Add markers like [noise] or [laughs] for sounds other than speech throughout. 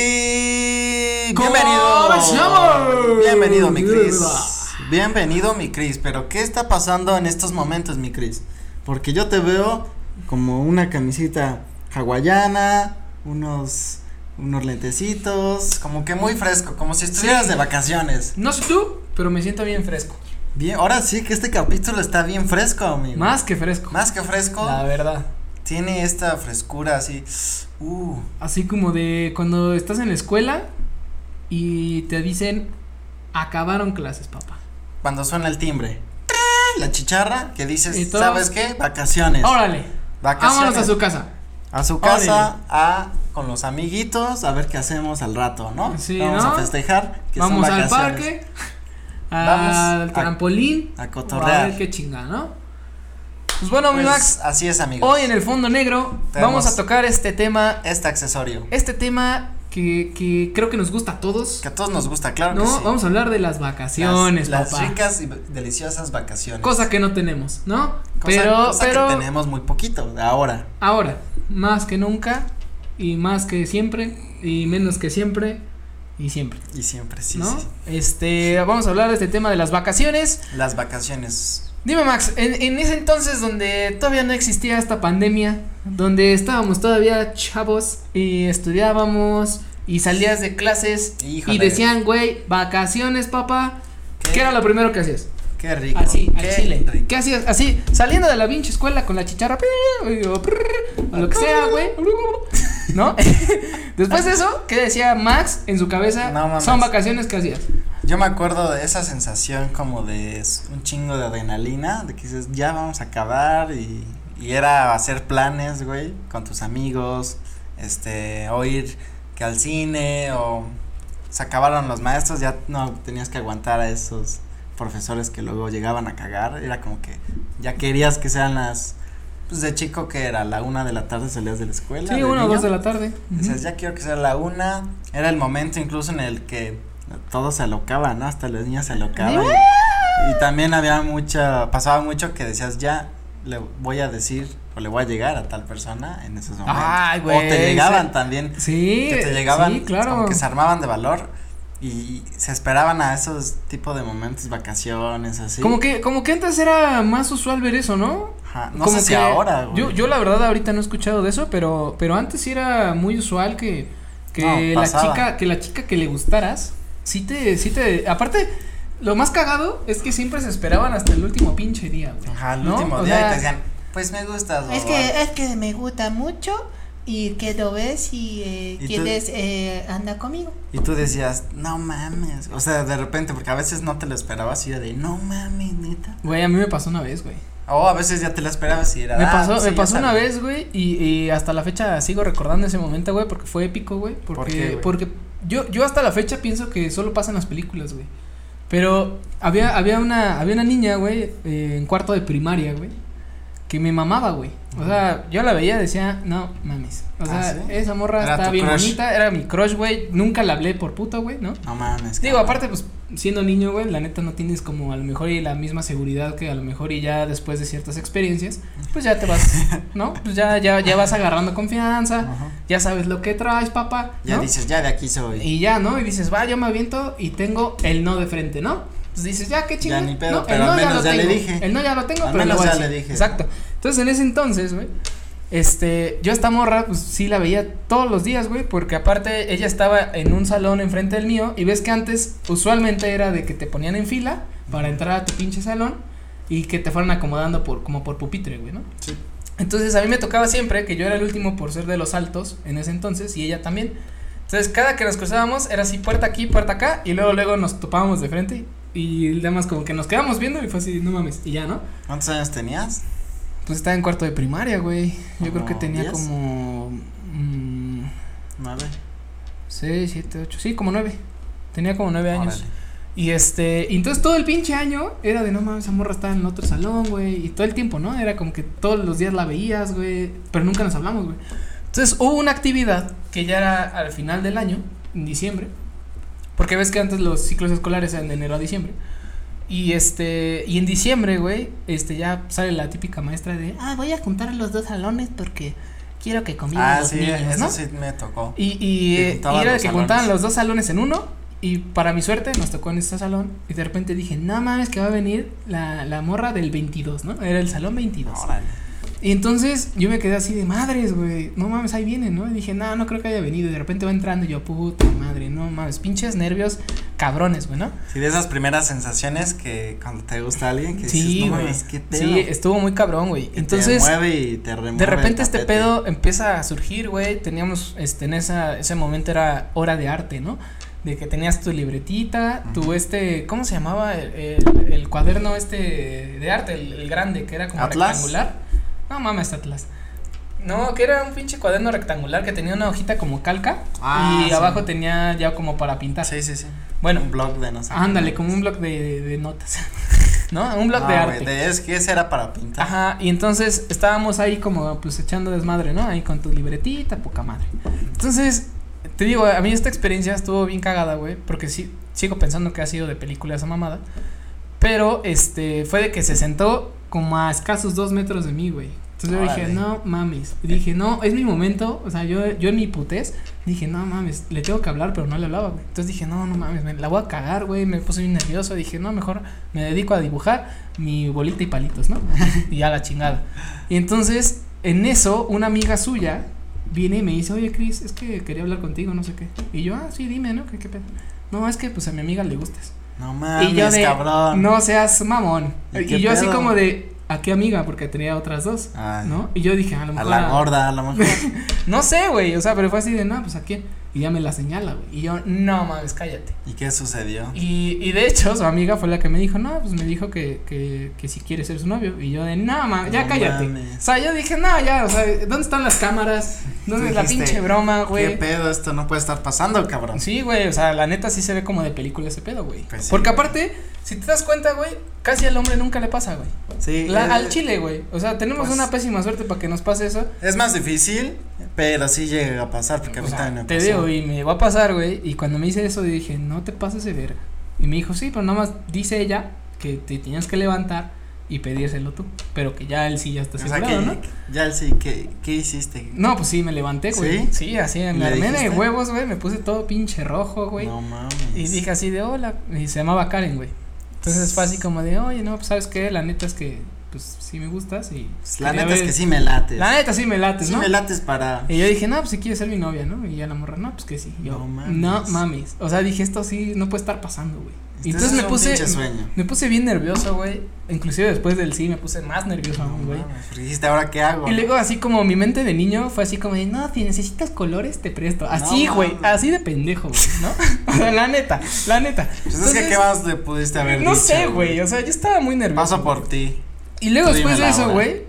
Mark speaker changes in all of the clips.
Speaker 1: Y bienvenido.
Speaker 2: ¡Comenzamos!
Speaker 1: Bienvenido, mi Chris. Bienvenido, mi Chris. Pero ¿qué está pasando en estos momentos, mi Chris? Porque yo te veo como una camisita hawaiana, unos unos lentecitos, como que muy fresco, como si estuvieras
Speaker 2: Sí.
Speaker 1: de vacaciones.
Speaker 2: No sé tú, pero me siento bien fresco.
Speaker 1: Bien, ahora sí que este capítulo está bien fresco, amigo.
Speaker 2: Más que fresco.
Speaker 1: Más que fresco,
Speaker 2: La verdad.
Speaker 1: tiene esta frescura así. Uh,
Speaker 2: Así como de cuando estás en la escuela y te dicen acabaron clases, papá.
Speaker 1: cuando suena el timbre. La chicharra que dices,
Speaker 2: Y todos-
Speaker 1: ¿sabes qué? Vacaciones.
Speaker 2: Órale.
Speaker 1: Vacaciones.
Speaker 2: Vámonos a su casa.
Speaker 1: A su
Speaker 2: Órale.
Speaker 1: casa, a con los amiguitos, a ver qué hacemos al rato, ¿no?
Speaker 2: Sí,
Speaker 1: Vamos
Speaker 2: ¿no?
Speaker 1: a festejar. Que son
Speaker 2: Vamos al
Speaker 1: vacaciones. [laughs]
Speaker 2: parque.
Speaker 1: Vamos
Speaker 2: Al
Speaker 1: a-
Speaker 2: trampolín.
Speaker 1: A
Speaker 2: A
Speaker 1: cotorrear.
Speaker 2: ver qué chinga, ¿no? Pues bueno, mi
Speaker 1: Pues,
Speaker 2: Max,
Speaker 1: así es, amigos.
Speaker 2: hoy en el fondo negro
Speaker 1: Tenemos-
Speaker 2: vamos a tocar este tema.
Speaker 1: Este accesorio.
Speaker 2: Este tema que, que creo que nos gusta a todos.
Speaker 1: Que a todos nos gusta, claro
Speaker 2: No,
Speaker 1: que sí.
Speaker 2: vamos a hablar de las vacaciones,
Speaker 1: las,
Speaker 2: papá.
Speaker 1: Las ricas y deliciosas vacaciones.
Speaker 2: Cosa que no tenemos, ¿no?
Speaker 1: Cosa-
Speaker 2: pero,
Speaker 1: cosa
Speaker 2: pero
Speaker 1: que tenemos muy poquito ahora.
Speaker 2: ahora, más que nunca, y más que siempre, y menos que siempre, y siempre,
Speaker 1: Y siempre, sí,
Speaker 2: ¿no?
Speaker 1: sí, sí.
Speaker 2: Este, vamos a hablar de este tema de las vacaciones.
Speaker 1: Las vacaciones.
Speaker 2: Dime, Max, en, en ese entonces donde todavía no existía esta pandemia, donde estábamos todavía chavos y estudiábamos y salías de clases
Speaker 1: Híjole.
Speaker 2: y decían, güey, vacaciones, papá,
Speaker 1: Qué,
Speaker 2: ¿qué era lo primero que hacías?
Speaker 1: qué rico.
Speaker 2: Así, al
Speaker 1: qué
Speaker 2: chile.
Speaker 1: rico.
Speaker 2: ¿Qué hacías? Así, saliendo de la pinche escuela con la chicharra. prr, o prr, o lo que sea, güey. ¿No? [laughs] Después de eso, ¿qué decía Max en su cabeza?
Speaker 1: No mames.
Speaker 2: Son vacaciones que hacías.
Speaker 1: Yo me acuerdo de esa sensación como de s- un chingo de adrenalina, de que dices, ya vamos a acabar y, y era hacer planes, güey, con tus amigos, este, o ir que al cine o se acabaron los maestros, ya no tenías que aguantar a esos profesores que luego llegaban a cagar, era como que ya querías que sean las, pues de chico que era, la una de la tarde salías de la escuela.
Speaker 2: Sí,
Speaker 1: de
Speaker 2: una o
Speaker 1: niño.
Speaker 2: dos de la tarde.
Speaker 1: Dices, ya quiero que sea la una. Era el momento incluso en el que todo se alocaba, ¿no? Hasta las niñas se alocaban. Y, y también había mucha, pasaba mucho que decías, ya le voy a decir o le voy a llegar a tal persona en esos momentos.
Speaker 2: Ay,
Speaker 1: o
Speaker 2: güey,
Speaker 1: te llegaban
Speaker 2: sí.
Speaker 1: también,
Speaker 2: Sí.
Speaker 1: que te llegaban,
Speaker 2: Sí, claro.
Speaker 1: como que se armaban de valor y se esperaban a esos tipo de momentos, vacaciones, así.
Speaker 2: Como que, como que antes era más usual ver eso, ¿no?
Speaker 1: Ajá, No
Speaker 2: Como
Speaker 1: sé si
Speaker 2: que
Speaker 1: ahora, güey.
Speaker 2: Yo, yo la verdad ahorita no he escuchado de eso, pero, pero antes sí era muy usual que, que
Speaker 1: No,
Speaker 2: la
Speaker 1: pasaba.
Speaker 2: chica, que la chica que le gustaras, sí te, sí te, aparte, lo más cagado es que siempre se esperaban hasta el último pinche día, güey.
Speaker 1: Ajá, el
Speaker 2: ¿no?
Speaker 1: último
Speaker 2: O
Speaker 1: día y
Speaker 2: sea,
Speaker 1: te decían, pues me gustas.
Speaker 3: Es
Speaker 1: o-
Speaker 3: que, es que me gusta mucho y que lo ves y, eh,
Speaker 1: ¿Y tú?
Speaker 3: quieres eh, andar conmigo.
Speaker 1: Y tú decías, no mames. O sea, de repente, porque a veces no te lo esperabas y era de, no mames, neta.
Speaker 2: Güey, a mí me pasó una vez, güey.
Speaker 1: O a veces ya te lo esperabas y era.
Speaker 2: Me
Speaker 1: "Ah,
Speaker 2: pasó,
Speaker 1: sí,
Speaker 2: me
Speaker 1: ya
Speaker 2: pasó una
Speaker 1: sabía".
Speaker 2: vez, güey, y, y hasta la fecha sigo recordando ese momento, güey, porque fue épico, güey, porque,
Speaker 1: qué, güey?
Speaker 2: porque yo, yo hasta la fecha pienso que solo pasan las películas, güey, pero había, había una, había una niña, güey, eh, en cuarto de primaria, güey, que me mamaba, güey, o sea, yo la veía y decía, no, mames, o
Speaker 1: Ah,
Speaker 2: sea,
Speaker 1: ¿sí?
Speaker 2: esa morra
Speaker 1: Era
Speaker 2: está
Speaker 1: tu
Speaker 2: bien
Speaker 1: crush.
Speaker 2: bonita, era mi crush, güey, nunca la hablé por puto, güey, ¿no?
Speaker 1: No mames.
Speaker 2: Digo,
Speaker 1: cabrón.
Speaker 2: aparte, pues, siendo niño, güey, la neta no tienes como a lo mejor y la misma seguridad que a lo mejor y ya después de ciertas experiencias, pues ya te
Speaker 1: [laughs]
Speaker 2: vas, ¿no? Pues ya, ya, ya vas agarrando confianza,
Speaker 1: Ajá.
Speaker 2: ya sabes lo que traes, papá,
Speaker 1: Ya
Speaker 2: ¿no?
Speaker 1: dices, ya de aquí soy.
Speaker 2: Y ya, ¿no? Y dices, va, yo me aviento y tengo el no de frente, ¿no? Pues dices, ya, qué chingón.
Speaker 1: ni pedo,
Speaker 2: no,
Speaker 1: pero al menos ya le
Speaker 2: tengo.
Speaker 1: dije.
Speaker 2: El no ya lo tengo,
Speaker 1: Al
Speaker 2: pero
Speaker 1: menos
Speaker 2: lo voy a
Speaker 1: ya
Speaker 2: decir.
Speaker 1: le dije.
Speaker 2: Exacto. Entonces, en ese entonces, güey, este, yo a esta morra, pues sí la veía todos los días, güey, porque aparte ella estaba en un salón enfrente del mío y ves que antes usualmente era de que te ponían en fila para entrar a tu pinche salón y que te fueran acomodando por, como por pupitre, güey, ¿no?
Speaker 1: Sí.
Speaker 2: Entonces a mí me tocaba siempre que yo era el último por ser de los altos en ese entonces y ella también. Entonces cada que nos cruzábamos era así puerta aquí, puerta acá y luego luego nos topábamos de frente y nada más como que nos quedamos viendo y fue así, no mames, y ya, ¿no?
Speaker 1: ¿Cuántos años tenías?
Speaker 2: Pues estaba en cuarto de primaria, güey. Yo creo que
Speaker 1: Como
Speaker 2: tenía
Speaker 1: Ah, diez.
Speaker 2: como mm,
Speaker 1: Nueve.
Speaker 2: seis, siete, ocho, sí, como nueve. Tenía como nueve años.
Speaker 1: Órale.
Speaker 2: Y este, y entonces todo el pinche año era de no mames, esa morra estaba en otro salón, güey. Y todo el tiempo, ¿no? Era como que todos los días la veías, güey. Pero nunca nos hablamos, güey. Entonces hubo una actividad que ya era al final del año, en diciembre. Porque ves que antes los ciclos escolares eran de enero a diciembre. Y este, y en diciembre, güey, este ya sale la típica maestra de,
Speaker 3: Ah, voy a juntar los dos salones porque quiero que coman
Speaker 1: Ah,
Speaker 3: los
Speaker 1: sí,
Speaker 3: niños,
Speaker 1: eso
Speaker 3: ¿no?
Speaker 1: sí me tocó.
Speaker 2: Y, y,
Speaker 1: Que
Speaker 2: eh,
Speaker 1: juntaban
Speaker 2: y era el
Speaker 1: los
Speaker 2: que
Speaker 1: salones.
Speaker 2: juntaban los dos salones en uno. Y para mi suerte nos tocó en este salón. Y de repente dije, no mames, que va a venir la, la morra del 22, ¿no? Era el salón 22.
Speaker 1: Órale.
Speaker 2: Y entonces yo me quedé así de madres, güey. No mames, ahí vienen, ¿no? Y dije, no, no creo que haya venido. Y de repente va entrando y yo, puta madre, no mames, pinches nervios cabrones, güey, ¿no?
Speaker 1: Sí, de esas primeras sensaciones que cuando te gusta alguien, que dices,
Speaker 2: Sí,
Speaker 1: no
Speaker 2: güey.
Speaker 1: mames, qué pedo.
Speaker 2: sí, estuvo muy cabrón, güey.
Speaker 1: Que te
Speaker 2: Entonces,
Speaker 1: mueve y te remueve
Speaker 2: de
Speaker 1: el
Speaker 2: repente este
Speaker 1: tapete.
Speaker 2: pedo empieza a surgir, güey. Teníamos, este, en esa, ese momento era hora de arte, ¿no? De que tenías tu libretita, tu
Speaker 1: Ujú.
Speaker 2: este, ¿cómo se llamaba? El, el- el cuaderno este de arte, el, el grande, que era como
Speaker 1: ¿Atlas?
Speaker 2: rectangular. No mames, Atlas. No, que era un pinche cuaderno rectangular que tenía una hojita como calca
Speaker 1: Ah,
Speaker 2: y
Speaker 1: sí.
Speaker 2: abajo tenía ya como para pintar.
Speaker 1: Sí, sí, sí.
Speaker 2: Bueno,
Speaker 1: un blog de no sé.
Speaker 2: ándale, como un bloc de, de- de notas. [laughs] ¿No? Un bloc
Speaker 1: No,
Speaker 2: de
Speaker 1: Ah, güey,
Speaker 2: arte.
Speaker 1: de- es que ese era para pintar.
Speaker 2: Ajá, y entonces estábamos ahí como pues echando desmadre, ¿no? Ahí con tu libretita, poca madre. Entonces, te digo, a mí esta experiencia estuvo bien cagada, güey, porque sí, sigo pensando que ha sido de película esa mamada. Pero, este, fue de que se sentó como a escasos dos metros de mí, güey. Entonces yo dije,
Speaker 1: Órale.
Speaker 2: no mames. Y dije, no, es mi momento. O sea, yo, yo en mi putés dije, no mames, le tengo que hablar, pero no le hablaba, güey. Entonces dije, no, no mames, me la voy a cagar, güey. Me puse bien nervioso. Dije, no, mejor me dedico a dibujar mi bolita y palitos, ¿no? [laughs] y a la chingada. Y entonces, en eso, una amiga suya viene y me dice, oye, Cris, es que quería hablar contigo, no sé qué. Y yo, ah, sí, dime, ¿no? ¿Qué, qué pedo? No, es que pues a mi amiga le gustas.
Speaker 1: No mames,
Speaker 2: y yo de,
Speaker 1: Ah, cabrón.
Speaker 2: no seas mamón.
Speaker 1: ¿Y
Speaker 2: Y,
Speaker 1: qué
Speaker 2: yo así
Speaker 1: pedo?
Speaker 2: como de, ¿a qué amiga? Porque tenía otras dos,
Speaker 1: Ay,
Speaker 2: ¿no? Y yo dije, a lo
Speaker 1: A
Speaker 2: mejor.
Speaker 1: la gorda, a lo mejor.
Speaker 2: [laughs] No sé, güey, o sea, pero fue así de, no, pues a quién. Y ya me la señala, güey. Y yo, no mames, cállate.
Speaker 1: ¿Y qué sucedió?
Speaker 2: Y, y de hecho, su amiga fue la que me dijo, no, pues me dijo que, que, que si quiere ser su novio. Y yo de, no, ma, ya
Speaker 1: No
Speaker 2: cállate.
Speaker 1: mames.
Speaker 2: O sea, yo dije, no, ya, o sea, ¿dónde están las cámaras? ¿Dónde es la
Speaker 1: Dijiste,
Speaker 2: pinche broma,
Speaker 1: ¿Qué
Speaker 2: güey?
Speaker 1: pedo? Esto no puede estar pasando, cabrón.
Speaker 2: Sí, güey, o sea, la neta sí se ve como de película ese pedo, güey.
Speaker 1: Pues sí,
Speaker 2: Porque
Speaker 1: güey.
Speaker 2: aparte, si te das cuenta, güey, casi al hombre nunca le pasa, güey.
Speaker 1: Sí,
Speaker 2: La-
Speaker 1: eh,
Speaker 2: al chile, güey. O sea, tenemos
Speaker 1: pues-
Speaker 2: una pésima suerte para que nos pase eso.
Speaker 1: Es más difícil, pero sí llega a pasar, porque a
Speaker 2: O
Speaker 1: mí
Speaker 2: sea,
Speaker 1: también me
Speaker 2: te
Speaker 1: pasó.
Speaker 2: digo, y me llegó a pasar, güey. Y cuando me hice eso, dije, no te pases de verga. Y me dijo, sí, pero nada más dice ella que te tenías que levantar y pedírselo tú. Pero que ya él pues sí ya está
Speaker 1: o sea,
Speaker 2: asegurado,
Speaker 1: que,
Speaker 2: ¿no?
Speaker 1: ya el sí, ¿qué, qué hiciste?
Speaker 2: No, pues sí, me levanté, güey.
Speaker 1: ¿Sí?
Speaker 2: ¿Sí? así, me
Speaker 1: ¿Le
Speaker 2: armé de
Speaker 1: dijiste?
Speaker 2: huevos, güey. Me puse todo pinche rojo, güey.
Speaker 1: No mames.
Speaker 2: Y dije así de hola. Y se llamaba Karen, güey. Entonces fue así como de, oye, no, pues sabes qué, la neta es que, pues sí me gustas y.
Speaker 1: Pues, la
Speaker 2: quería
Speaker 1: neta es
Speaker 2: ver-
Speaker 1: que sí me lates.
Speaker 2: La neta sí me lates,
Speaker 1: sí
Speaker 2: ¿no?
Speaker 1: me lates para.
Speaker 2: Y yo dije, no, pues si quieres ser mi novia, ¿no? Y ya la morra, no, pues que sí. Yo,
Speaker 1: No
Speaker 2: no
Speaker 1: mames.
Speaker 2: mames. O sea, dije, esto sí no puede estar pasando, güey.
Speaker 1: Este
Speaker 2: Y
Speaker 1: es
Speaker 2: entonces me
Speaker 1: un
Speaker 2: puse.
Speaker 1: pinche sueño.
Speaker 2: Me puse bien nervioso, güey. Inclusive después del sí me puse más nervioso
Speaker 1: No
Speaker 2: aún, güey.
Speaker 1: mames, porque dijiste, ¿ahora qué hago?
Speaker 2: Y luego así como mi mente de niño fue así como de, no, si necesitas colores te presto. Así,
Speaker 1: No
Speaker 2: güey,
Speaker 1: mames.
Speaker 2: así de pendejo, güey, ¿no? [laughs] O sea, la neta, la neta.
Speaker 1: Pues es que, ¿qué más le pudiste haber
Speaker 2: no
Speaker 1: dicho,
Speaker 2: sé, güey, o sea, yo estaba muy nervioso.
Speaker 1: Paso por ti.
Speaker 2: Y luego
Speaker 1: Tú
Speaker 2: después
Speaker 1: dime
Speaker 2: de
Speaker 1: la
Speaker 2: eso,
Speaker 1: hora.
Speaker 2: güey,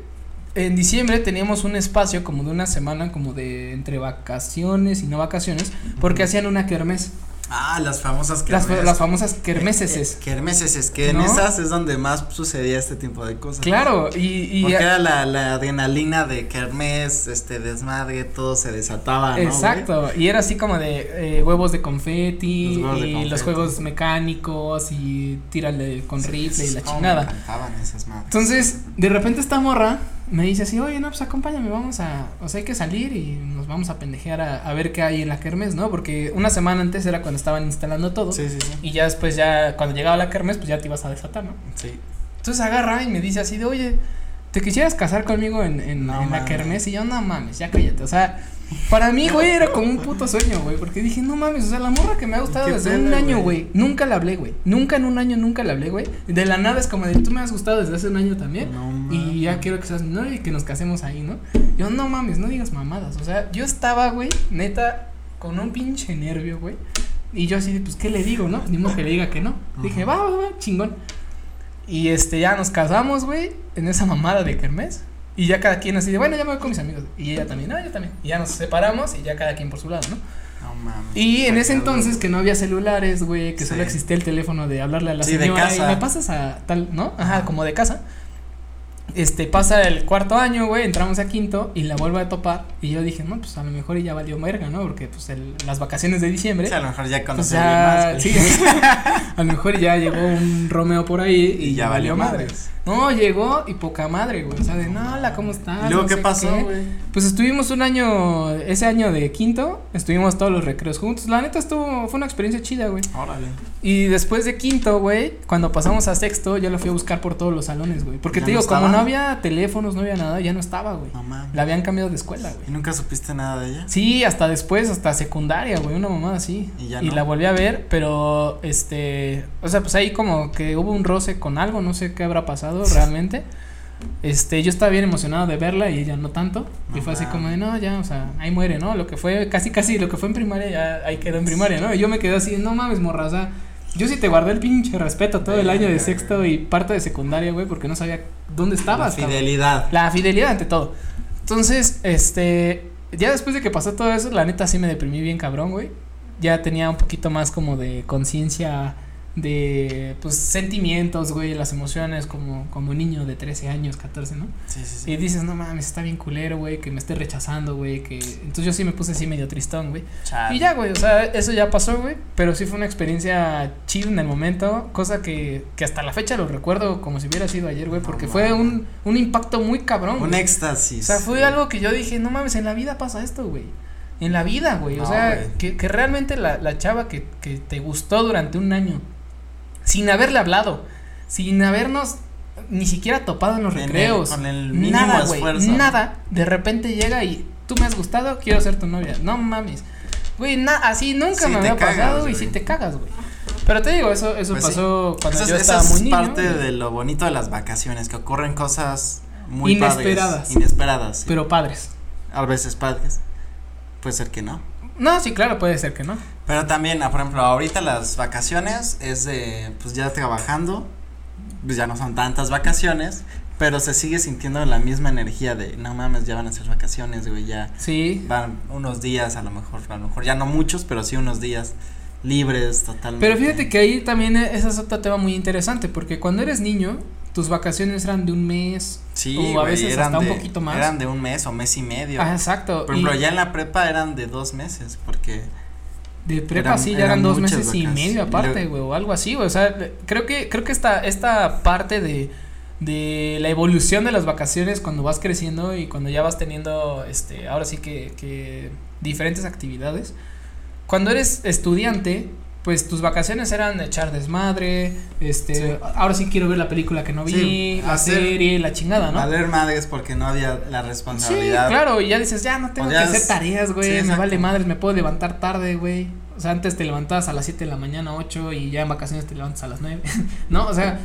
Speaker 2: en diciembre teníamos un espacio como de una semana, como de entre vacaciones y no vacaciones, porque hacían una kermés,
Speaker 1: Ah, las famosas
Speaker 2: las,
Speaker 1: kermeses.
Speaker 2: las famosas kermeses.
Speaker 1: Eh, [laughs] eh, kermeses, es que
Speaker 2: ¿No?
Speaker 1: en esas es donde más sucedía este tipo de cosas.
Speaker 2: Claro, y, y
Speaker 1: Porque era la, la adrenalina de kermés, este desmadre, todo se desataba, ¿no? güey?
Speaker 2: exacto, y era así como de eh, huevos de confeti
Speaker 1: Los huevos de
Speaker 2: y los
Speaker 1: confeti.
Speaker 2: juegos mecánicos y tírale con rifle y la
Speaker 1: Oh, me
Speaker 2: chingada.
Speaker 1: encantaban esas madres.
Speaker 2: Entonces, de repente esta morra me dice así, oye, no, pues acompáñame, vamos a, o sea, hay que salir y nos vamos a pendejear a, a ver qué hay en la kermés, ¿no? Porque una semana antes era cuando estaban instalando todo.
Speaker 1: Sí, sí, sí.
Speaker 2: Y ya después, ya cuando llegaba la kermés, pues ya te ibas a desatar, ¿no?
Speaker 1: Sí.
Speaker 2: Entonces agarra y me dice así de, oye, ¿te quisieras casar conmigo en, en,
Speaker 1: No
Speaker 2: en la
Speaker 1: mames.
Speaker 2: kermés? Y yo, no mames, ya cállate. O sea, para mí, güey, era como un puto sueño, güey. Porque dije, no mames, o sea, la morra que me ha gustado
Speaker 1: ¿Qué
Speaker 2: desde
Speaker 1: pedo,
Speaker 2: un año,
Speaker 1: güey?
Speaker 2: güey. Nunca la hablé, güey. Nunca en un año, nunca la hablé, güey. De la nada es como de, tú me has gustado desde hace un año también.
Speaker 1: No
Speaker 2: ¿eh? y
Speaker 1: mames.
Speaker 2: ya quiero que seas mi novia y que nos casemos ahí, ¿no? Yo, no mames, no digas mamadas. O sea, yo estaba, güey, neta, con un pinche nervio, güey. Y yo así, de, pues, ¿qué le digo, no? Pues, ni modo que le diga que no. Dije, va, va, va, chingón. Y este, ya nos casamos, güey, en esa mamada de kermés. Y ya cada quien así de, bueno, ya me voy con mis amigos. Y ella también, ah, yo también. Y ya nos separamos y ya cada quien por su lado, ¿no?
Speaker 1: No mames.
Speaker 2: Y en ese
Speaker 1: Pecado.
Speaker 2: entonces que no había celulares, güey, que
Speaker 1: Sí.
Speaker 2: solo existía el teléfono de hablarle a la
Speaker 1: Sí, de
Speaker 2: señora y
Speaker 1: casa.
Speaker 2: me pasas a tal, ¿no? Ajá, como de casa. Este, pasa el cuarto año, güey, entramos a quinto y la vuelvo a topar. Y yo dije, no, pues a lo mejor ya valió merga, ¿no? Porque pues el- las vacaciones de diciembre.
Speaker 1: Sí, a lo mejor ya
Speaker 2: pues,
Speaker 1: conocí a alguien más,
Speaker 2: ya,
Speaker 1: güey.
Speaker 2: sí,
Speaker 1: [laughs]
Speaker 2: [laughs] a lo mejor ya llegó un Romeo por ahí y,
Speaker 1: Y
Speaker 2: [laughs]
Speaker 1: ya valió
Speaker 2: madres.
Speaker 1: madres.
Speaker 2: No, llegó y poca madre, güey. O sea, de, no, hola, ¿cómo estás?
Speaker 1: ¿Y luego
Speaker 2: No
Speaker 1: qué
Speaker 2: sé
Speaker 1: pasó,
Speaker 2: qué".
Speaker 1: güey?
Speaker 2: Pues estuvimos un año, ese año de quinto, estuvimos todos los recreos juntos. La neta estuvo, fue una experiencia chida, güey.
Speaker 1: Órale.
Speaker 2: Y después de quinto, güey, cuando pasamos a sexto, yo lo fui a buscar por todos los salones, güey. Porque
Speaker 1: ¿Ya
Speaker 2: te
Speaker 1: no
Speaker 2: digo, como
Speaker 1: estaba? Ah.
Speaker 2: no había teléfonos, no había nada, ya no estaba, güey.
Speaker 1: No mames.
Speaker 2: La habían cambiado de escuela, güey.
Speaker 1: ¿Y nunca supiste nada de ella?
Speaker 2: Sí, hasta después, hasta secundaria, güey, una mamada así.
Speaker 1: Y ya no.
Speaker 2: la volví a ver, pero este, o sea, pues ahí como que hubo un roce con algo, no sé qué
Speaker 1: [laughs]
Speaker 2: habrá pasado realmente. Este, yo estaba bien emocionado de verla y ella no tanto. y
Speaker 1: No
Speaker 2: fue así
Speaker 1: mames.
Speaker 2: como de, no, ya, o sea, ahí muere, ¿no? Lo que fue, casi, casi, lo que fue en primaria, ya ahí quedó en primaria, ¿no? Y yo me quedé así, no mames, morra, o sea, yo sí te guardé el pinche respeto todo el año de
Speaker 1: Verga,
Speaker 2: sexto
Speaker 1: güey.
Speaker 2: y parte de secundaria, güey, porque no sabía dónde
Speaker 1: La
Speaker 2: estabas. cabrón.
Speaker 1: fidelidad.
Speaker 2: La fidelidad ante todo. Entonces, este, ya después de que pasó todo eso, la neta sí me deprimí bien cabrón, güey. Ya tenía un poquito más como de conciencia de pues sentimientos, güey, las emociones como como niño de 13 años, 14, ¿no?
Speaker 1: Sí, sí, sí.
Speaker 2: Y dices, "No mames, está bien culero, güey, que me esté rechazando, güey, que entonces yo sí me puse así medio tristón, güey.
Speaker 1: Chale.
Speaker 2: Y ya, güey, o sea, eso ya pasó, güey, pero sí fue una experiencia chida en el momento, cosa que, que hasta la fecha lo recuerdo como si hubiera sido ayer, güey,
Speaker 1: No
Speaker 2: porque
Speaker 1: mames.
Speaker 2: fue un, un impacto muy cabrón.
Speaker 1: Un
Speaker 2: güey.
Speaker 1: éxtasis.
Speaker 2: O sea, fue
Speaker 1: güey.
Speaker 2: algo que yo dije, no mames, en la vida pasa esto, güey. En la vida, güey. o
Speaker 1: No,
Speaker 2: sea,
Speaker 1: güey.
Speaker 2: que, que realmente la, la chava que, que te gustó durante un año, sin haberle hablado, sin habernos ni siquiera topado en los
Speaker 1: En el-
Speaker 2: recreos,
Speaker 1: con el mínimo
Speaker 2: nada, güey,
Speaker 1: esfuerzo.
Speaker 2: nada, de repente llega y tú me has gustado, quiero ser tu novia. No mames. Güey, na- así nunca
Speaker 1: Sí,
Speaker 2: me
Speaker 1: te
Speaker 2: había
Speaker 1: cagas,
Speaker 2: pasado y
Speaker 1: güey.
Speaker 2: si te cagas, güey. Pero te digo, eso, eso
Speaker 1: Pues sí.
Speaker 2: pasó cuando
Speaker 1: Esa es-
Speaker 2: yo
Speaker 1: esa
Speaker 2: estaba muy
Speaker 1: es
Speaker 2: niño.
Speaker 1: parte
Speaker 2: güey,
Speaker 1: de lo bonito de las vacaciones, que ocurren cosas muy padres,
Speaker 2: Inesperadas.
Speaker 1: inesperadas, sí.
Speaker 2: Pero padres.
Speaker 1: a veces padres. Puede ser que no.
Speaker 2: No, sí, claro, puede ser que no.
Speaker 1: Pero también, ah, por ejemplo, ahorita las vacaciones es de, pues ya trabajando, pues ya no son tantas vacaciones, pero se sigue sintiendo la misma energía de, no mames, ya van a ser vacaciones, güey, ya
Speaker 2: Sí.
Speaker 1: van unos días, a lo mejor, a lo mejor ya no muchos, pero sí unos días libres totalmente.
Speaker 2: Pero fíjate que ahí también eh, ese es otro tema muy interesante, porque cuando eres niño, tus vacaciones eran de un mes.
Speaker 1: sí,
Speaker 2: o a
Speaker 1: güey,
Speaker 2: veces
Speaker 1: eran
Speaker 2: hasta un
Speaker 1: de-
Speaker 2: poquito más.
Speaker 1: Eran de un mes o mes y medio.
Speaker 2: Ah, exacto.
Speaker 1: por
Speaker 2: y
Speaker 1: ejemplo, ya en la prepa eran de dos meses, porque
Speaker 2: de prepa
Speaker 1: eran-
Speaker 2: sí ya
Speaker 1: eran
Speaker 2: eran dos
Speaker 1: muchas
Speaker 2: meses y
Speaker 1: vacaciones.
Speaker 2: medio aparte,
Speaker 1: Y luego-
Speaker 2: güey, o algo así, güey. O sea, le- creo que, creo que esta, esta parte de, de la evolución de las vacaciones cuando vas creciendo y cuando ya vas teniendo, este, ahora sí que, que diferentes actividades. Cuando eres estudiante, pues tus vacaciones eran echar desmadre, este,
Speaker 1: Sí.
Speaker 2: ahora sí quiero ver la película que no vi,
Speaker 1: Sí,
Speaker 2: la
Speaker 1: hacer-
Speaker 2: serie, la chingada, ¿no?
Speaker 1: valer madres porque no había la
Speaker 2: Sí,
Speaker 1: responsabilidad.
Speaker 2: claro, y ya dices, ya no tengo que
Speaker 1: Podías-
Speaker 2: hacer tareas,
Speaker 1: Sí,
Speaker 2: güey, me
Speaker 1: exacto.
Speaker 2: vale madres, me puedo levantar tarde, güey. O sea, antes te levantabas a las 7 de la mañana, 8 y ya en vacaciones te levantas a las 9, [laughs] ¿no? O sea,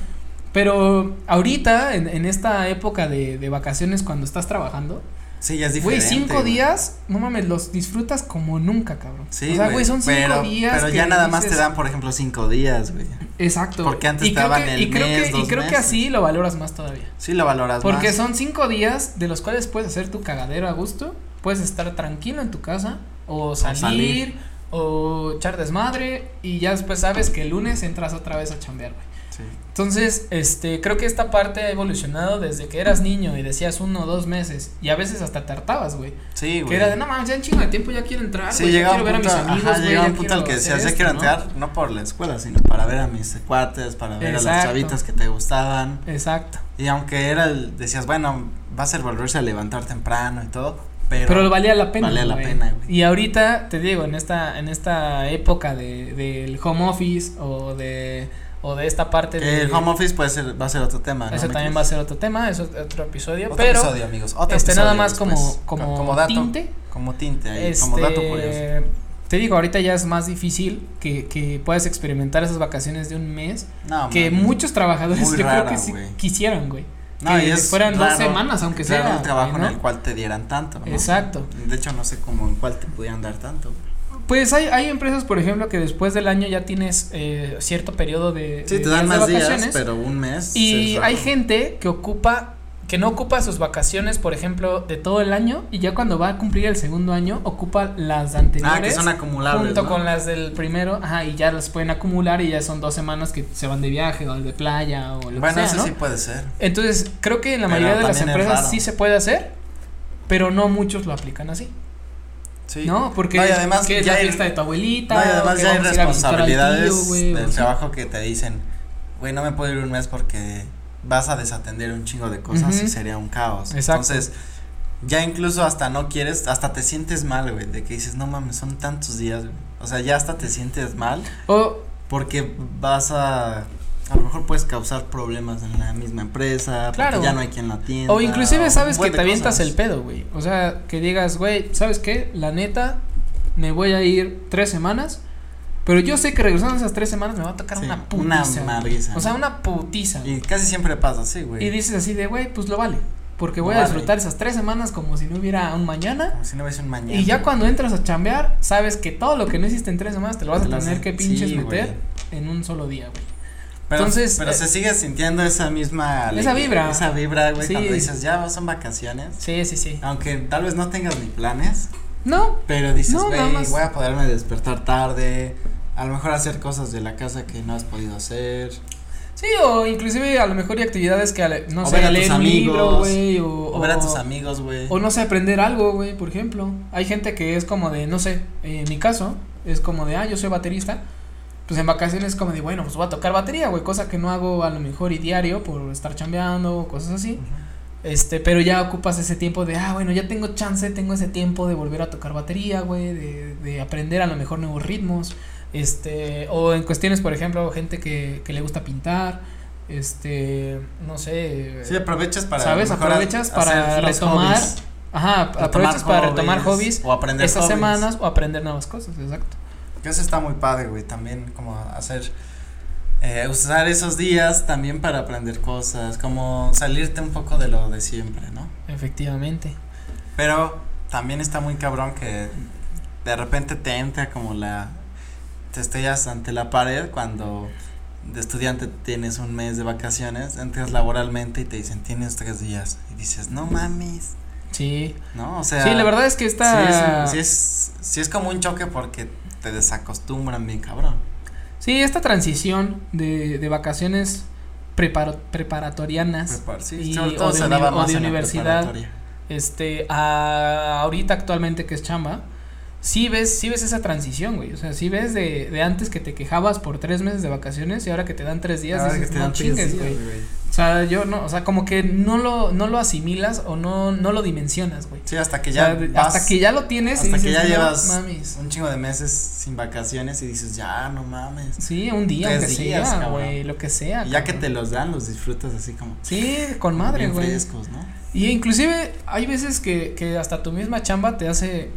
Speaker 2: pero ahorita, en, en esta época de, de vacaciones, cuando estás trabajando,
Speaker 1: Sí, ya es
Speaker 2: güey,
Speaker 1: diferente.
Speaker 2: cinco
Speaker 1: güey.
Speaker 2: días, no mames, los disfrutas como nunca, cabrón.
Speaker 1: Sí,
Speaker 2: o sea, güey, son cinco
Speaker 1: pero,
Speaker 2: días.
Speaker 1: Pero
Speaker 2: que
Speaker 1: ya nada más te
Speaker 2: dices-
Speaker 1: dan, por ejemplo, cinco días, güey.
Speaker 2: Exacto.
Speaker 1: porque
Speaker 2: güey.
Speaker 1: antes
Speaker 2: y
Speaker 1: te
Speaker 2: creo
Speaker 1: daban
Speaker 2: que-
Speaker 1: el
Speaker 2: y creo
Speaker 1: mes,
Speaker 2: que, Y
Speaker 1: dos
Speaker 2: creo que
Speaker 1: meses.
Speaker 2: así lo valoras más todavía.
Speaker 1: Sí, lo valoras
Speaker 2: Porque
Speaker 1: más.
Speaker 2: son cinco días de los cuales puedes hacer tu cagadero a gusto, puedes estar tranquilo en tu casa, o salir,
Speaker 1: salir.
Speaker 2: o echar desmadre, y ya después sabes que el lunes entras otra vez a chambear, güey.
Speaker 1: Sí.
Speaker 2: Entonces, este, creo que esta parte ha evolucionado desde que eras niño y decías uno o dos meses, y a veces hasta tartabas, güey.
Speaker 1: Sí, güey.
Speaker 2: Que era de, no mames, ya en chingo de tiempo ya quiero entrar,
Speaker 1: Sí,
Speaker 2: güey, ya
Speaker 1: llegaba un
Speaker 2: quiero ver a
Speaker 1: punto,
Speaker 2: mis amigos,
Speaker 1: ajá,
Speaker 2: güey,
Speaker 1: llegaba
Speaker 2: ya
Speaker 1: un punto al que
Speaker 2: quiero
Speaker 1: decías,
Speaker 2: hacer
Speaker 1: ya quiero
Speaker 2: esto", ¿no?
Speaker 1: entrar, ¿no? por la escuela, sino para ver a mis cuates, para ver a las
Speaker 2: Exacto.
Speaker 1: chavitas que te gustaban.
Speaker 2: Exacto.
Speaker 1: Y aunque era el, decías, bueno, va a ser volverse a levantar temprano y todo, pero.
Speaker 2: Pero valía la pena.
Speaker 1: valía la
Speaker 2: güey.
Speaker 1: pena, güey.
Speaker 2: Y ahorita, te digo, en esta, en esta época de, del home office o de, o de esta parte
Speaker 1: que
Speaker 2: de.
Speaker 1: el home office puede ser, va a ser otro tema. ¿no,
Speaker 2: Eso
Speaker 1: Mikis?
Speaker 2: también va a ser otro tema, es ot- otro episodio.
Speaker 1: Otro
Speaker 2: pero
Speaker 1: episodio, amigos. Otro
Speaker 2: este, nada
Speaker 1: episodio
Speaker 2: más como-
Speaker 1: después.
Speaker 2: como
Speaker 1: Co- dato,
Speaker 2: tinte.
Speaker 1: Como tinte, ahí,
Speaker 2: este,
Speaker 1: como dato curioso.
Speaker 2: Te digo, ahorita ya es más difícil que, que puedas experimentar esas vacaciones de un mes
Speaker 1: No,
Speaker 2: que
Speaker 1: Ah, mames.
Speaker 2: muchos trabajadores
Speaker 1: Muy
Speaker 2: yo
Speaker 1: rara,
Speaker 2: creo que sí
Speaker 1: güey.
Speaker 2: quisieran, güey.
Speaker 1: No,
Speaker 2: que
Speaker 1: y es
Speaker 2: fueran dos
Speaker 1: raro,
Speaker 2: semanas, aunque
Speaker 1: raro
Speaker 2: sea,
Speaker 1: un trabajo
Speaker 2: güey, ¿no?
Speaker 1: en el cual te dieran tanto, ¿no?
Speaker 2: Exacto.
Speaker 1: De hecho, no sé cómo en cuál te pudieran dar tanto.
Speaker 2: Pues hay, hay empresas, por ejemplo, que después del año ya tienes eh, cierto periodo de,
Speaker 1: Sí,
Speaker 2: de
Speaker 1: te dan
Speaker 2: días
Speaker 1: más
Speaker 2: de
Speaker 1: días,
Speaker 2: vacaciones.
Speaker 1: pero un mes.
Speaker 2: Y
Speaker 1: es raro.
Speaker 2: hay gente que ocupa que no ocupa sus vacaciones, por ejemplo, de todo el año y ya cuando va a cumplir el segundo año ocupa las anteriores.
Speaker 1: Ah, que son acumulables.
Speaker 2: Junto
Speaker 1: ¿no?
Speaker 2: con las del primero, ajá, y ya las pueden acumular y ya son dos semanas que se van de viaje o de playa o lo
Speaker 1: Bueno,
Speaker 2: que sea,
Speaker 1: eso
Speaker 2: ¿no?
Speaker 1: sí puede ser.
Speaker 2: Entonces, creo que en la
Speaker 1: Pero
Speaker 2: mayoría de las
Speaker 1: también es
Speaker 2: empresas
Speaker 1: raro.
Speaker 2: sí se puede hacer, pero no muchos lo aplican así,
Speaker 1: Sí.
Speaker 2: ¿no? Porque
Speaker 1: No, y además
Speaker 2: que es
Speaker 1: ya
Speaker 2: la
Speaker 1: hay-
Speaker 2: fiesta de tu abuelita,
Speaker 1: No, y
Speaker 2: o
Speaker 1: además
Speaker 2: que
Speaker 1: ya hay
Speaker 2: vamos a ir a visitar al tío,
Speaker 1: responsabilidades
Speaker 2: güey, o
Speaker 1: del
Speaker 2: así.
Speaker 1: trabajo que te dicen, güey, no me puedo ir un mes porque vas a desatender un chingo de cosas
Speaker 2: Ujú.
Speaker 1: y sería un caos.
Speaker 2: Exacto.
Speaker 1: Entonces, ya incluso hasta no quieres, hasta te sientes mal, güey, de que dices, no mames, son tantos días, güey. O sea, ya hasta te sientes mal
Speaker 2: O
Speaker 1: porque vas a, a lo mejor puedes causar problemas en la misma empresa,
Speaker 2: Claro.
Speaker 1: porque ya no hay quien la atienda.
Speaker 2: O inclusive
Speaker 1: un
Speaker 2: sabes
Speaker 1: buen
Speaker 2: que
Speaker 1: de
Speaker 2: te avientas
Speaker 1: cosas.
Speaker 2: el pedo, güey. O sea, que digas, güey, ¿sabes qué? La neta, me voy a ir tres semanas, pero yo sé que regresando esas tres semanas me va a tocar
Speaker 1: Sí,
Speaker 2: una
Speaker 1: una
Speaker 2: putiza. güey.
Speaker 1: madriza,
Speaker 2: o sea,
Speaker 1: ¿no?
Speaker 2: una putiza.
Speaker 1: Y casi siempre pasa así, güey.
Speaker 2: Y dices así de, güey, pues lo vale. Porque
Speaker 1: Lo
Speaker 2: voy a
Speaker 1: vale.
Speaker 2: disfrutar esas tres semanas como si no hubiera un mañana.
Speaker 1: Como si no hubiese un mañana.
Speaker 2: Y ya cuando entras a chambear, sabes que todo lo que no hiciste en tres semanas te lo vas a
Speaker 1: Te lo
Speaker 2: tener
Speaker 1: hace-
Speaker 2: que pinches
Speaker 1: sí,
Speaker 2: meter
Speaker 1: güey.
Speaker 2: en un solo día, güey.
Speaker 1: Pero,
Speaker 2: Entonces,
Speaker 1: pero
Speaker 2: eh,
Speaker 1: se sigue sintiendo esa misma.
Speaker 2: Esa vibra.
Speaker 1: Esa vibra, güey.
Speaker 2: Sí.
Speaker 1: Cuando dices, ya son vacaciones.
Speaker 2: Sí, sí, sí.
Speaker 1: Aunque tal vez no tengas ni planes.
Speaker 2: No,
Speaker 1: Pero dices,
Speaker 2: No,
Speaker 1: güey,
Speaker 2: nada más.
Speaker 1: voy a poderme despertar tarde. A lo mejor hacer cosas de la casa que no has podido hacer.
Speaker 2: Sí, o inclusive a lo mejor hay actividades que, ale- no
Speaker 1: O
Speaker 2: sé,
Speaker 1: ver a tus
Speaker 2: leer un
Speaker 1: amigos,
Speaker 2: libro, güey, o,
Speaker 1: O, ver a tus amigos, güey.
Speaker 2: o no sé, aprender algo, güey, por ejemplo. Hay gente que es como de, no sé, eh, en mi caso, es como de, ah, yo soy baterista, pues en vacaciones es como de, bueno, pues voy a tocar batería, güey, cosa que no hago a lo mejor y diario por estar chambeando o cosas así.
Speaker 1: Ujú.
Speaker 2: Este, pero ya ocupas ese tiempo de, ah, bueno, ya tengo chance, tengo ese tiempo de volver a tocar batería, güey, de, de aprender a lo mejor nuevos ritmos, este, o en cuestiones, por ejemplo, gente que, que le gusta pintar, este, no sé.
Speaker 1: Sí, aprovechas para. a lo
Speaker 2: ¿Sabes?
Speaker 1: mejor a-
Speaker 2: Aprovechas para
Speaker 1: hacer los
Speaker 2: retomar,
Speaker 1: hobbies,
Speaker 2: Ajá,
Speaker 1: retomar
Speaker 2: aprovechas para retomar hobbies
Speaker 1: O aprender
Speaker 2: esas
Speaker 1: hobbies.
Speaker 2: semanas o aprender nuevas cosas, exacto.
Speaker 1: Que eso está muy padre, güey, también como hacer, eh, usar esos días también para aprender cosas, como salirte un poco de lo de siempre, ¿no?
Speaker 2: Efectivamente.
Speaker 1: Pero también está muy cabrón que de repente te entra como la, te estrellas ante la pared cuando de estudiante tienes un mes de vacaciones, entras laboralmente y te dicen tienes tres días y dices, no mames,
Speaker 2: Sí.
Speaker 1: ¿no? O sea.
Speaker 2: sí, la verdad es que
Speaker 1: Sí
Speaker 2: esta
Speaker 1: es, sí, es, sí es como un choque porque te desacostumbran bien cabrón.
Speaker 2: Sí, esta transición de, de vacaciones preparo- preparatorianas
Speaker 1: Prepar- sí,
Speaker 2: y-
Speaker 1: sobre
Speaker 2: o
Speaker 1: todo
Speaker 2: de
Speaker 1: se
Speaker 2: uni-
Speaker 1: daba
Speaker 2: o
Speaker 1: más
Speaker 2: de
Speaker 1: en la
Speaker 2: universidad.
Speaker 1: preparatoria.
Speaker 2: este a ahorita actualmente que es chamba, sí ves, sí ves esa transición, güey. O sea, sí ves de, de antes que te quejabas por tres meses de vacaciones y ahora que te dan tres días,
Speaker 1: Ahora
Speaker 2: dices,
Speaker 1: Ah, que te
Speaker 2: "No
Speaker 1: dan tres
Speaker 2: chingues,
Speaker 1: días,
Speaker 2: güey".
Speaker 1: güey.
Speaker 2: O sea, yo no, o sea, como que no lo, no lo asimilas o no, no lo dimensionas, güey.
Speaker 1: Sí, hasta que
Speaker 2: O
Speaker 1: ya
Speaker 2: sea, de-
Speaker 1: vas
Speaker 2: hasta que ya lo tienes y
Speaker 1: hasta que
Speaker 2: dices,
Speaker 1: ya
Speaker 2: "No
Speaker 1: llevas-
Speaker 2: mames".
Speaker 1: un chingo de meses sin vacaciones y dices, ya, no mames.
Speaker 2: Sí, un día,
Speaker 1: Tres
Speaker 2: aunque
Speaker 1: días,
Speaker 2: sea,
Speaker 1: cabrón.
Speaker 2: güey, lo que sea.
Speaker 1: Y ya que
Speaker 2: cabrón.
Speaker 1: te los dan, los disfrutas así como
Speaker 2: Sí, con madre,
Speaker 1: bien
Speaker 2: güey.
Speaker 1: frescos, ¿no?
Speaker 2: Y inclusive hay veces que, que hasta tu misma chamba te hace,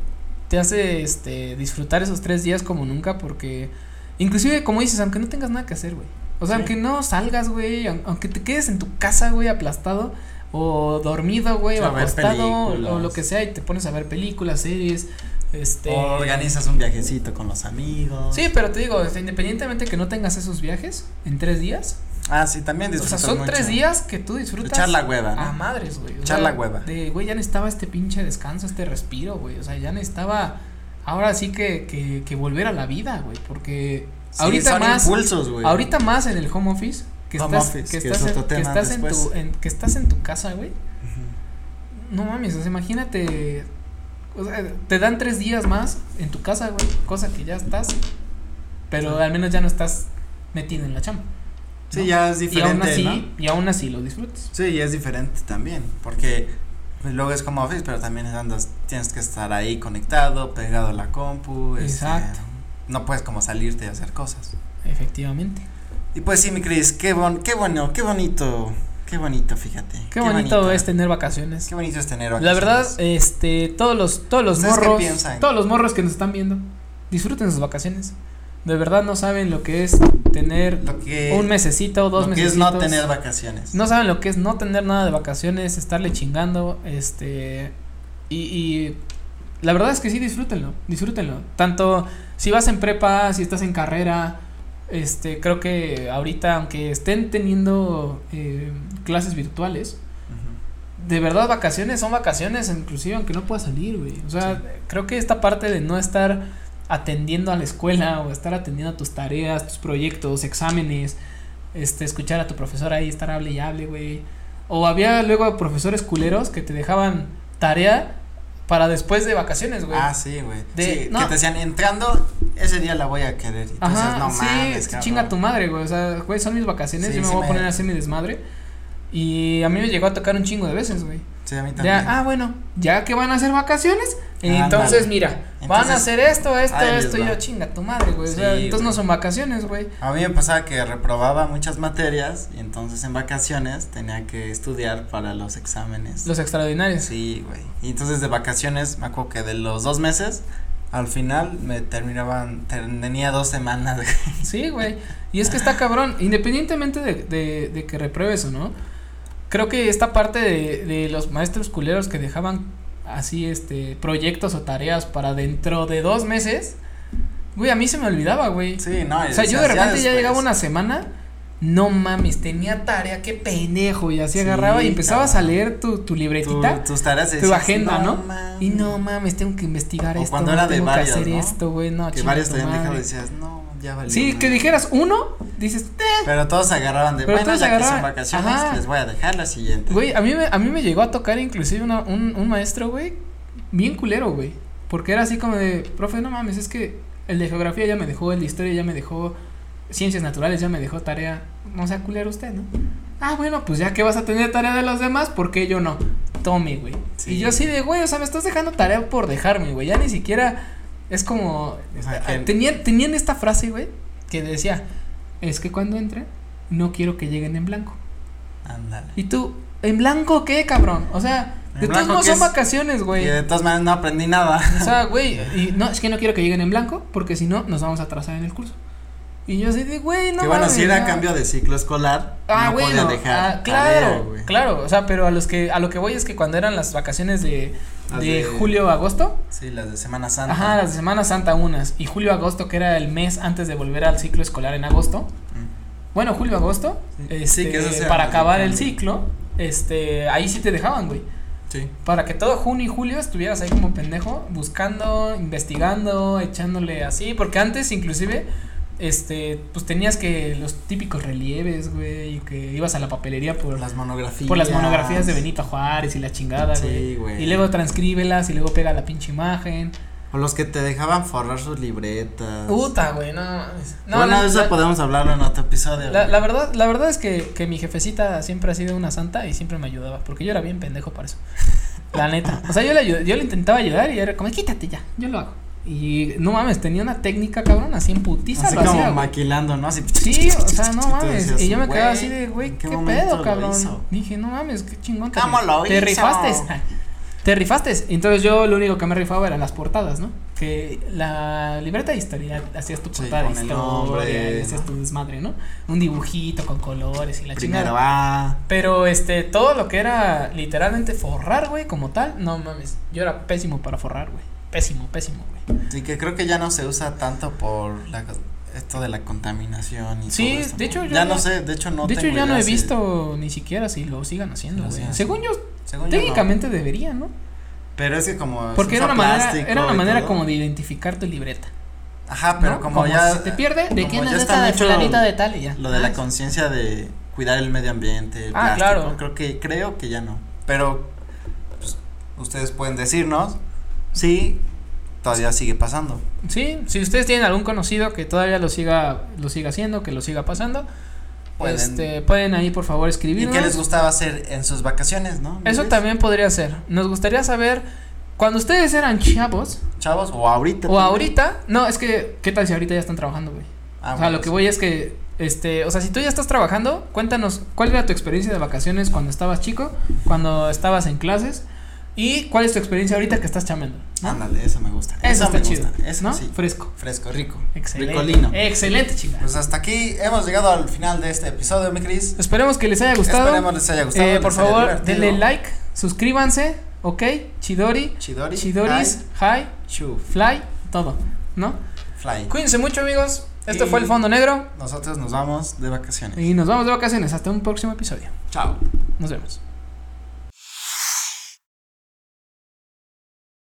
Speaker 2: te hace este, disfrutar esos tres días como nunca porque, inclusive como dices, aunque no tengas nada que hacer, güey. O sea,
Speaker 1: Sí.
Speaker 2: aunque no salgas, güey, aun- aunque te quedes en tu casa, güey, aplastado o dormido, güey,
Speaker 1: Sí,
Speaker 2: o
Speaker 1: a ver
Speaker 2: acostado o- o lo
Speaker 1: películas.
Speaker 2: que sea y te pones a ver películas, series, este...
Speaker 1: O organizas un viajecito con los amigos.
Speaker 2: Sí, pero te digo, este, independientemente que no tengas esos viajes en tres días,
Speaker 1: Ah, sí, también
Speaker 2: o sea,
Speaker 1: disfrutas
Speaker 2: son
Speaker 1: mucho.
Speaker 2: tres días que tú disfrutas.
Speaker 1: Echar la hueva, ¿no?
Speaker 2: A madres, güey. o
Speaker 1: Echar
Speaker 2: sea,
Speaker 1: la hueva.
Speaker 2: De, güey, ya necesitaba este pinche descanso, este respiro, güey. O sea, ya necesitaba ahora sí que, que, que volver a la vida, güey. Porque
Speaker 1: Sí,
Speaker 2: ahorita
Speaker 1: son
Speaker 2: más,
Speaker 1: impulsos, güey.
Speaker 2: ahorita más en el home office, que
Speaker 1: Home
Speaker 2: estás,
Speaker 1: office,
Speaker 2: que
Speaker 1: que
Speaker 2: estás,
Speaker 1: es
Speaker 2: en,
Speaker 1: otro
Speaker 2: que
Speaker 1: tema
Speaker 2: estás en tu,
Speaker 1: después.
Speaker 2: en- que estás en tu casa, güey.
Speaker 1: Ujú.
Speaker 2: No mames, o sea, imagínate, o sea, te dan tres días más en tu casa, güey, cosa que ya estás, pero al menos ya no estás metido en la chamba.
Speaker 1: Sí,
Speaker 2: ¿no?
Speaker 1: ya es
Speaker 2: Y aún
Speaker 1: diferente,
Speaker 2: así,
Speaker 1: ¿no?
Speaker 2: y aún así lo disfrutas.
Speaker 1: Sí, y es diferente también, porque pues, luego es como office, pero también andas, tienes que estar ahí conectado, pegado a la compu. este,
Speaker 2: Exacto.
Speaker 1: no puedes como salirte y hacer cosas.
Speaker 2: Efectivamente.
Speaker 1: Y pues sí, mi Cris, qué, bon, qué bueno, qué bonito, qué bonito, fíjate.
Speaker 2: Qué, bonito
Speaker 1: bonita-
Speaker 2: es tener vacaciones.
Speaker 1: Qué bonito es Pues tener
Speaker 2: La
Speaker 1: vacaciones.
Speaker 2: verdad, este, todos los, todos los
Speaker 1: ¿Ustedes qué
Speaker 2: morros,
Speaker 1: piensan?
Speaker 2: todos los morros que nos están viendo, disfruten sus vacaciones. De verdad no saben lo que es tener
Speaker 1: lo que,
Speaker 2: eh, un mesecito, dos
Speaker 1: lo que
Speaker 2: meses.
Speaker 1: es no tener vacaciones.
Speaker 2: No saben lo que es no tener nada de vacaciones, estarle chingando, este, y, y la verdad es que sí, disfrútenlo, disfrútenlo. Tanto si vas en prepa, si estás en carrera, este, creo que ahorita, aunque estén teniendo eh, clases virtuales,
Speaker 1: Ujú.
Speaker 2: de verdad vacaciones son vacaciones, inclusive aunque no pueda salir, güey. O sea, creo que esta parte de no estar atendiendo a la escuela o estar atendiendo a tus tareas, tus proyectos, exámenes, este, escuchar a tu profesor ahí, estar hable y hable, güey. O había luego profesores culeros que te dejaban tarea para después de vacaciones, güey.
Speaker 1: Ah, sí, güey.
Speaker 2: De-
Speaker 1: Sí,
Speaker 2: no.
Speaker 1: que te decían, entrando, ese día la voy a querer. Y tú
Speaker 2: Ajá,
Speaker 1: dices, no
Speaker 2: sí,
Speaker 1: mames, cabrón".
Speaker 2: chinga tu madre, güey. O sea, güey, son mis vacaciones,
Speaker 1: Sí,
Speaker 2: yo me
Speaker 1: sí
Speaker 2: voy
Speaker 1: me-
Speaker 2: a poner a hacer mi desmadre. Y a mí me llegó a tocar un chingo de veces, güey.
Speaker 1: Sí, a mí
Speaker 2: Ya,
Speaker 1: también. Ah,
Speaker 2: ah, bueno, ya que van a hacer vacaciones,
Speaker 1: Ándale.
Speaker 2: entonces mira, van a
Speaker 1: Entonces,
Speaker 2: hacer esto, esto,
Speaker 1: ahí les
Speaker 2: esto, y
Speaker 1: va.
Speaker 2: yo chinga tu madre, güey. o sea,
Speaker 1: Sí,
Speaker 2: entonces
Speaker 1: güey.
Speaker 2: no son vacaciones, güey.
Speaker 1: A mí me pasaba que reprobaba muchas materias y entonces en vacaciones tenía que estudiar para los exámenes.
Speaker 2: Los extraordinarios.
Speaker 1: Sí, güey. Y entonces de vacaciones, me acuerdo que de los dos meses, al final me terminaban, ter- tenía dos semanas. güey.
Speaker 2: [laughs] Sí, güey. Y es que está cabrón, independientemente de, de, de que repruebes o no. Creo que esta parte de, de los maestros culeros que dejaban así este proyectos o tareas para dentro de dos meses, güey, a mí se me olvidaba, güey.
Speaker 1: Sí, no. y
Speaker 2: o sea, yo
Speaker 1: decías,
Speaker 2: de repente ya
Speaker 1: después.
Speaker 2: llegaba una semana, no mames, tenía tarea, qué pendejo, y así
Speaker 1: Sí,
Speaker 2: agarraba y empezabas
Speaker 1: cabrón.
Speaker 2: a leer tu, tu
Speaker 1: Tu-
Speaker 2: libretita,
Speaker 1: tus tareas
Speaker 2: tu,
Speaker 1: decías,
Speaker 2: agenda, ¿no?
Speaker 1: mames".
Speaker 2: Y no mames, tengo que investigar
Speaker 1: O
Speaker 2: esto,
Speaker 1: cuando
Speaker 2: no
Speaker 1: era de
Speaker 2: tengo
Speaker 1: varios,
Speaker 2: que hacer
Speaker 1: ¿no?
Speaker 2: esto, güey, no,
Speaker 1: que
Speaker 2: chinga
Speaker 1: varios
Speaker 2: tu
Speaker 1: te habían dejado y
Speaker 2: madre.
Speaker 1: decías, no, ya valió.
Speaker 2: Sí, que
Speaker 1: madre".
Speaker 2: dijeras uno, dices,
Speaker 1: Pero todos agarraban de,
Speaker 2: Pero
Speaker 1: bueno,
Speaker 2: todos
Speaker 1: ya que
Speaker 2: agarraban,
Speaker 1: son vacaciones,
Speaker 2: ajá.
Speaker 1: les voy a dejar la siguiente.
Speaker 2: güey, a mí, me, a mí me llegó a tocar inclusive una- un, un maestro, güey, bien culero, güey, porque era así como de, profe, no mames, es que el de geografía ya me dejó, el de historia ya me dejó, ciencias naturales ya me dejó tarea, no sea culero usted, ¿no? Ah, bueno, pues ya que vas a tener tarea de los demás, ¿por qué yo no? Tome, güey.
Speaker 1: Sí.
Speaker 2: Y yo así de, güey, o sea, me estás dejando tarea por dejarme, güey, ya ni siquiera es como,
Speaker 1: O sea,
Speaker 2: Ah,
Speaker 1: que-
Speaker 2: Tenían, tenían esta frase, güey, que decía, es que cuando entren, no quiero que lleguen en blanco.
Speaker 1: ándale.
Speaker 2: Y tú, ¿en blanco qué, cabrón? O sea,
Speaker 1: ¿En
Speaker 2: de todos
Speaker 1: blanco
Speaker 2: modos
Speaker 1: qué
Speaker 2: son
Speaker 1: es?
Speaker 2: vacaciones,
Speaker 1: Y
Speaker 2: güey.
Speaker 1: de todas maneras no aprendí nada.
Speaker 2: O sea, güey, y no, es que no quiero que lleguen en blanco, porque si no, nos vamos a atrasar en el curso. Y yo así de, güey, no
Speaker 1: que bueno,
Speaker 2: mames,
Speaker 1: si era
Speaker 2: ya.
Speaker 1: cambio de ciclo escolar,
Speaker 2: Ah,
Speaker 1: no
Speaker 2: güey,
Speaker 1: podía
Speaker 2: no,
Speaker 1: dejar.
Speaker 2: ah, claro,
Speaker 1: tarea, güey.
Speaker 2: claro, o sea, pero a los que, a lo que voy es que cuando eran las vacaciones de,
Speaker 1: Las
Speaker 2: de
Speaker 1: de-
Speaker 2: julio, agosto,
Speaker 1: Sí, las de Semana Santa.
Speaker 2: Ajá, las de Semana Santa unas. Y julio, agosto, que era el mes antes de volver al ciclo escolar en agosto.
Speaker 1: Mm,
Speaker 2: Bueno, julio, agosto.
Speaker 1: Sí,
Speaker 2: este,
Speaker 1: sí, que esas eran
Speaker 2: para
Speaker 1: las de
Speaker 2: acabar el
Speaker 1: cambio.
Speaker 2: ciclo. Este, ahí sí te dejaban, güey.
Speaker 1: Sí.
Speaker 2: Para que todo junio y julio estuvieras ahí como pendejo, buscando, investigando, echándole así. Porque antes, inclusive, este, pues tenías que los típicos relieves, güey. Y que ibas a la papelería por
Speaker 1: Por las monografías.
Speaker 2: por las monografías de Benito Juárez y la chingada,
Speaker 1: Sí,
Speaker 2: güey.
Speaker 1: güey.
Speaker 2: Y luego transcríbelas y luego pega la pinche imagen.
Speaker 1: O los que te dejaban forrar sus libretas.
Speaker 2: Puta, güey, no. mames. No,
Speaker 1: bueno,
Speaker 2: la-
Speaker 1: de eso
Speaker 2: la-
Speaker 1: podemos hablarlo en otro episodio.
Speaker 2: La,
Speaker 1: güey.
Speaker 2: la verdad, la verdad es que, que mi jefecita siempre ha sido una santa y siempre me ayudaba, porque yo era bien pendejo para eso. La neta. O sea, yo le, ayud- yo le intentaba ayudar y era como, quítate ya, yo lo hago. Y no mames, tenía una técnica cabrón, así en putiza
Speaker 1: Así
Speaker 2: lo
Speaker 1: como
Speaker 2: hacía, güey.
Speaker 1: maquilando, ¿no? Así.
Speaker 2: Sí,
Speaker 1: [laughs]
Speaker 2: o sea, no
Speaker 1: Tú
Speaker 2: mames.
Speaker 1: decías,
Speaker 2: y yo me quedaba
Speaker 1: "Güey,
Speaker 2: así de, güey,
Speaker 1: ¿en
Speaker 2: ¿qué,
Speaker 1: momento
Speaker 2: pedo,
Speaker 1: lo
Speaker 2: cabrón?
Speaker 1: hizo?"
Speaker 2: Dije, no mames, qué chingón. te
Speaker 1: ¿Cómo
Speaker 2: rif-
Speaker 1: lo
Speaker 2: Te
Speaker 1: hizo?
Speaker 2: rifaste.
Speaker 1: [laughs]
Speaker 2: Te rifaste. Entonces yo lo único que me rifaba eran las portadas, ¿no? Que la libreta de historia, hacías tu
Speaker 1: Sí,
Speaker 2: portada de
Speaker 1: con el
Speaker 2: historia,
Speaker 1: nombre,
Speaker 2: y hacías tu desmadre, ¿no? Un dibujito con colores y la
Speaker 1: Primero ah.
Speaker 2: chingada.
Speaker 1: A.
Speaker 2: Pero este, todo lo que era literalmente forrar, güey, como tal, no mames. Yo era pésimo para forrar, güey. Pésimo, pésimo, güey.
Speaker 1: Sí, que creo que ya no se usa tanto por la, co- esto de la contaminación y
Speaker 2: Sí,
Speaker 1: todo esto,
Speaker 2: de
Speaker 1: ¿no?
Speaker 2: hecho, yo
Speaker 1: ya
Speaker 2: no-
Speaker 1: no sé, de hecho no
Speaker 2: de hecho,
Speaker 1: tengo
Speaker 2: ya no
Speaker 1: idea
Speaker 2: he
Speaker 1: si-
Speaker 2: visto ni siquiera si lo sigan haciendo,
Speaker 1: Lo
Speaker 2: güey.
Speaker 1: sigan
Speaker 2: Según yo,
Speaker 1: según yo no.
Speaker 2: técnicamente debería, ¿no?
Speaker 1: Pero es que como se
Speaker 2: Porque era
Speaker 1: usa
Speaker 2: una manera,
Speaker 1: plástico
Speaker 2: era una
Speaker 1: y
Speaker 2: manera
Speaker 1: todo.
Speaker 2: como de identificar tu libreta.
Speaker 1: Ajá, pero
Speaker 2: ¿no?
Speaker 1: como, ya
Speaker 2: si se te pierde, ¿de
Speaker 1: como
Speaker 2: quién
Speaker 1: ya
Speaker 2: es
Speaker 1: está
Speaker 2: esta de
Speaker 1: mucho
Speaker 2: fulanito de tal y ya?
Speaker 1: lo de la
Speaker 2: Ah,
Speaker 1: conciencia de cuidar el medio ambiente, el
Speaker 2: Ah,
Speaker 1: plástico,
Speaker 2: claro.
Speaker 1: creo que creo que ya no. Pero pues, ustedes pueden decirnos sí todavía sigue pasando.
Speaker 2: Sí, si ustedes tienen algún conocido que todavía lo siga lo siga haciendo, que lo siga pasando,
Speaker 1: Pueden-
Speaker 2: este pueden ahí por favor
Speaker 1: ¿Y
Speaker 2: escribirnos.
Speaker 1: qué les gustaba hacer en sus vacaciones, no?
Speaker 2: Eso
Speaker 1: ¿Ustedes?
Speaker 2: también podría ser. Nos gustaría saber cuando ustedes eran chavos
Speaker 1: Chavos o ahorita.
Speaker 2: o
Speaker 1: también.
Speaker 2: ahorita, no, es que qué tal si ahorita ya están trabajando, güey.
Speaker 1: Ah,
Speaker 2: o sea,
Speaker 1: bueno,
Speaker 2: lo que
Speaker 1: sí.
Speaker 2: voy es que, este, o sea, si tú ya estás trabajando, cuéntanos cuál era tu experiencia de vacaciones cuando estabas chico, cuando estabas en clases y cuál es tu experiencia ahorita que estás chamando. ¿no?
Speaker 1: Ándale, eso me gusta.
Speaker 2: Eso
Speaker 1: me
Speaker 2: está chido,
Speaker 1: gusta. Eso
Speaker 2: ¿no?
Speaker 1: sí.
Speaker 2: Fresco.
Speaker 1: Fresco, rico.
Speaker 2: Excelente.
Speaker 1: Ricolino.
Speaker 2: Excelente, chica.
Speaker 1: Pues hasta aquí hemos llegado al final de este episodio, mi Cris.
Speaker 2: Esperemos que les haya gustado.
Speaker 1: Esperemos les haya gustado.
Speaker 2: Eh,
Speaker 1: les
Speaker 2: por
Speaker 1: haya
Speaker 2: favor,
Speaker 1: divertido.
Speaker 2: denle like, suscríbanse, ¿ok? Chidori,
Speaker 1: Chidori.
Speaker 2: Chidoris, Hi,
Speaker 1: Hi, Chu,
Speaker 2: Fly, todo, ¿no?
Speaker 1: Fly.
Speaker 2: Cuídense mucho, amigos. Esto
Speaker 1: Y-
Speaker 2: fue El Fondo Negro
Speaker 1: Nosotros nos vamos de vacaciones.
Speaker 2: y nos vamos de vacaciones. Hasta un próximo episodio.
Speaker 1: Chao.
Speaker 2: Nos vemos.